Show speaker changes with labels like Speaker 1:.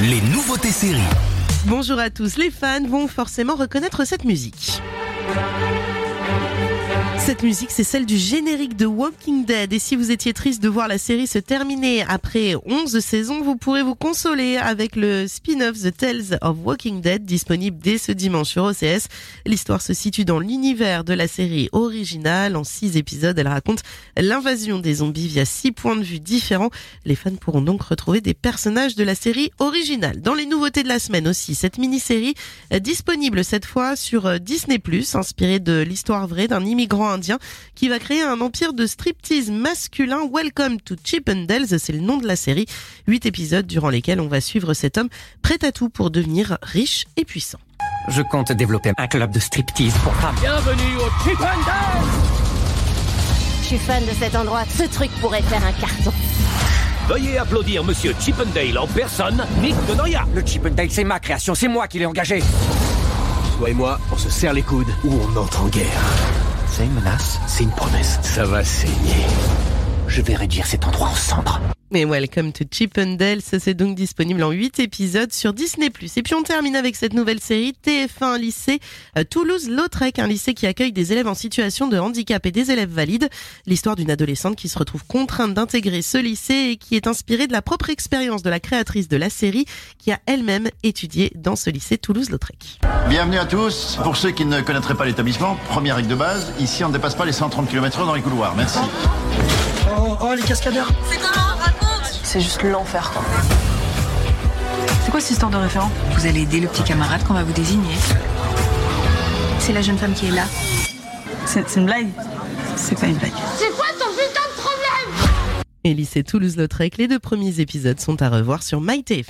Speaker 1: les nouveautés séries.
Speaker 2: Bonjour à tous, les fans vont forcément reconnaître cette musique. Cette musique, c'est celle du générique de Walking Dead. Et si vous étiez triste de voir la série se terminer après 11 saisons, vous pourrez vous consoler avec le spin-off The Tales of Walking Dead disponible dès ce dimanche sur OCS. L'histoire se situe dans l'univers de la série originale. En 6 épisodes, elle raconte l'invasion des zombies via 6 points de vue différents. Les fans pourront donc retrouver des personnages de la série originale. Dans les nouveautés de la semaine aussi, cette mini-série est disponible cette fois sur euh, Disney+, inspirée de l'histoire vraie d'un immigrant indien qui va créer un empire de striptease masculin. Welcome to Chippendales, c'est le nom de la série. Huit épisodes durant lesquels on va suivre cet homme prêt à tout pour devenir riche et puissant.
Speaker 3: Je compte développer un club de striptease pour femmes.
Speaker 4: Bienvenue au Chippendale
Speaker 5: Je suis fan de cet endroit. Ce truc pourrait faire un carton.
Speaker 4: Veuillez applaudir Monsieur Chippendale en personne, Nick de Noia.
Speaker 3: Le Chippendale, c'est ma création, c'est moi qui l'ai engagé.
Speaker 6: Toi et moi, on se serre les coudes ou on entre en guerre.
Speaker 3: C'est une menace
Speaker 6: C'est une promesse. Ça va saigner.
Speaker 3: Je vais réduire cet endroit en cendres.
Speaker 2: Mais Welcome to Chippendales, c'est donc disponible en 8 épisodes sur Disney+. Et puis on termine avec cette nouvelle série TF1 Lycée euh, Toulouse-Lautrec, un lycée qui accueille des élèves en situation de handicap et des élèves valides. L'histoire d'une adolescente qui se retrouve contrainte d'intégrer ce lycée et qui est inspirée de la propre expérience de la créatrice de la série qui a elle-même étudié dans ce lycée Toulouse-Lautrec.
Speaker 7: Bienvenue à tous. Pour ceux qui ne connaîtraient pas l'établissement, première règle de base, ici on ne dépasse pas les 130 km/h dans les couloirs. Merci.
Speaker 8: C'est juste l'enfer, quoi. C'est quoi cette histoire de référent Vous allez aider le petit camarade qu'on va vous désigner. C'est la jeune femme qui est là. C'est c'est une blague C'est pas une blague.
Speaker 2: Et lycée Toulouse-Lautrec, les deux premiers épisodes sont à revoir sur MyTF1.